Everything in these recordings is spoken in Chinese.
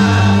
Yeah.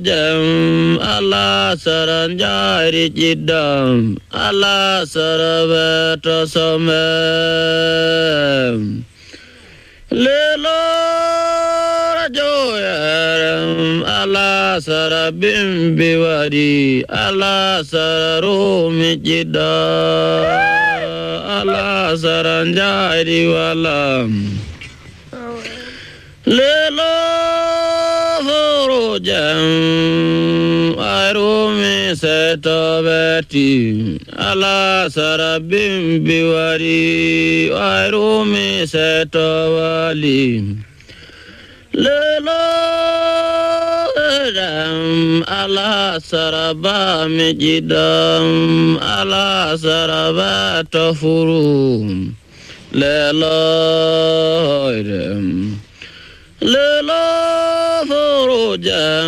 jam ala saranjari jidam ala sarabeta samem lelo rajoyaram ala sarabim biwadi ala sararumi jida ala saranjari walam للخروجم أرومي ستوبتي على سرب بوري أرومي ستوالي للخروجم على سرب مجدم على سرب تفروم للخروجم للا فروجا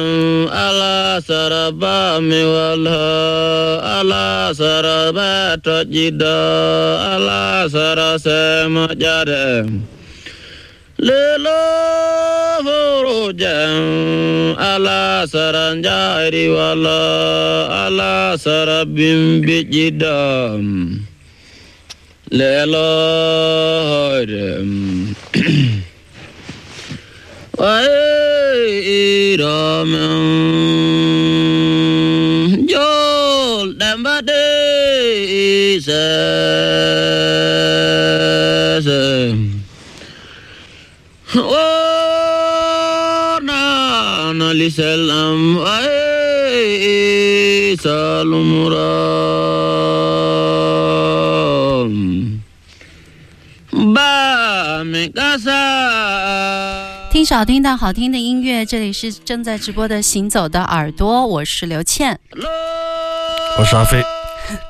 على سربام والها على سربات جدا على سرسم جرم للا فروجا على سرنجار ولا على سرب بجدام للا هرم Wairam Jol Dambade Sesem Warna Naliselam Wai Salumuram Ba Mekasa 听少听到好听的音乐，这里是正在直播的《行走的耳朵》，我是刘倩。我是阿飞，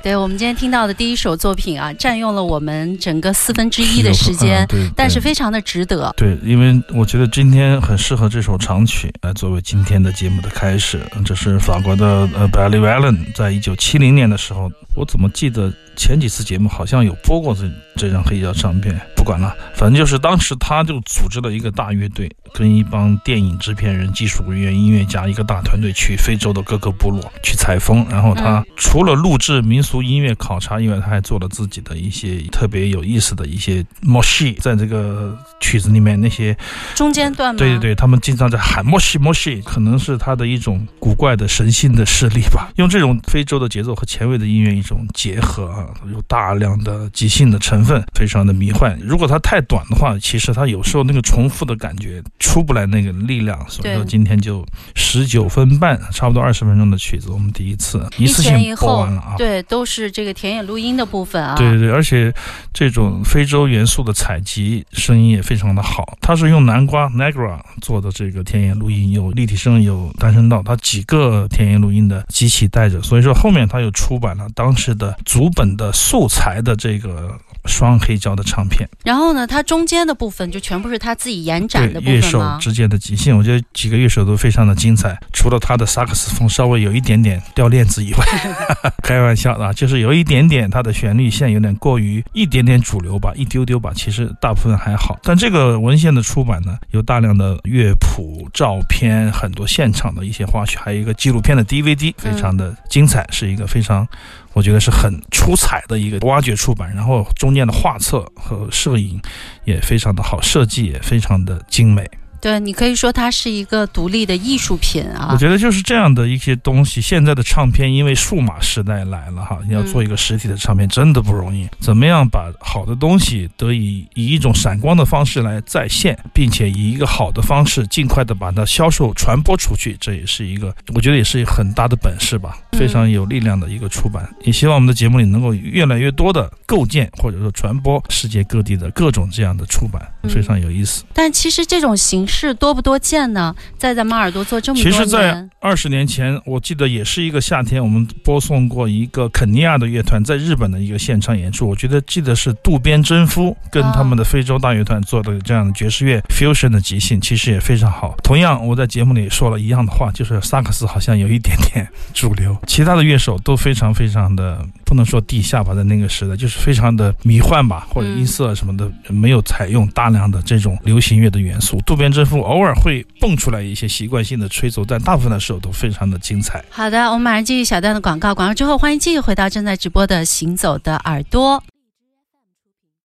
对我们今天听到的第一首作品啊，占用了我们整个四分之一的时间嗯，对，但是对非常的值得。对，因为我觉得今天很适合这首长曲来作为今天的节目的开始。这是法国的呃 b a l l y Allen 在一九七零年的时候，我怎么记得前几次节目好像有播过这这张黑胶唱片？不管了，反正就是当时他就组织了一个大乐队，跟一帮电影制片人、技术人员、音乐家一个大团队去非洲的各个部落去采风。然后他嗯除了录制民俗音乐考察以外，他还做了自己的一些特别有意思的一些 m o s h 在这个曲子里面那些中间段吗？对对对，他们经常在喊莫西莫西，可能是他的一种古怪的神性的势力吧。 用这种非洲的节奏和前卫的音乐一种结合啊，有大量的即兴的成分，非常的迷幻。如果它太短的话，其实它有时候那个重复的感觉出不来那个力量，所以说对今天就十九分半，差不多二十分钟的曲子，我们第一次一一次前一性播后完了啊，。对，都是这个田野录音的部分啊。对对对，而且这种非洲元素的采集声音也非常的好。它是用南瓜 （Negra） 做的这个田野录音，有立体声，有单声道，它几个田野录音的机器带着，所以说后面它又出版了当时的足本的素材的这个双黑胶的唱片。然后呢，它中间的部分就全部是他自己延展的对部乐分手吗？之间的即兴，我觉得几个乐手都非常的精彩。除了他的萨克斯风稍微有一点点掉链子以外， 开玩笑的啊，就是有一点点他的旋律线有点过于一点点主流吧，一丢丢吧。其实大部分还好，但这个文献的出版呢，有大量的乐谱、照片，很多现场的一些花絮，还有一个纪录片的 DVD，非常的精彩，是一个非常。我觉得是很出彩的一个挖掘出版，然后中间的画册和摄影也非常的好，设计也非常的精美。对你可以说它是一个独立的艺术品啊我。觉得就是这样的一些东西。现在的唱片因为数码时代来了哈，你嗯要做一个实体的唱片真的不容易。怎么样把好的东西得以以一种闪光的方式来再现，并且以一个好的方式尽快的把它销售传播出去，这也是一个我觉得也是很大的本事吧，嗯非常有力量的一个出版。也希望我们的节目里能够越来越多的构建或者说传播世界各地的各种这样的出版，嗯非常有意思。但其实这种形式多不多见呢？在咱们耳朵做这么其多实，年，在二十年前，我记得也是一个夏天，我们播送过一个肯尼亚的乐团在日本的一个现场演出。我觉得记得是渡边真夫跟他们的非洲大乐团做的这样的爵士乐 fusion 的即兴，其实也非常好。同样，我在节目里说了一样的话，就是萨克斯好像有一点点主流，其他的乐手都非常非常的不能说地下吧，在那个时代就是非常的迷幻吧，或者嗯音色什么的、没有采用大量的这种流行乐的元素。渡边真振富偶尔会蹦出来一些习惯性的吹奏，但大部分的时候都非常的精彩。好的，我们马上继续小段的广告，广告之后欢迎继续回到正在直播的《行走的耳朵》。